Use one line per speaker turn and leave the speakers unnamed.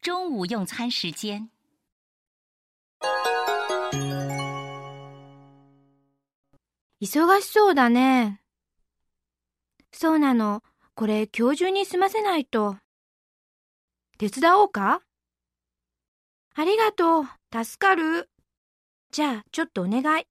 中午用餐时间。
忙しそうだね。そうなの。これ今日中に済ませないと。手伝おうかありがとう。助かる。じゃあ、ちょっとお願い。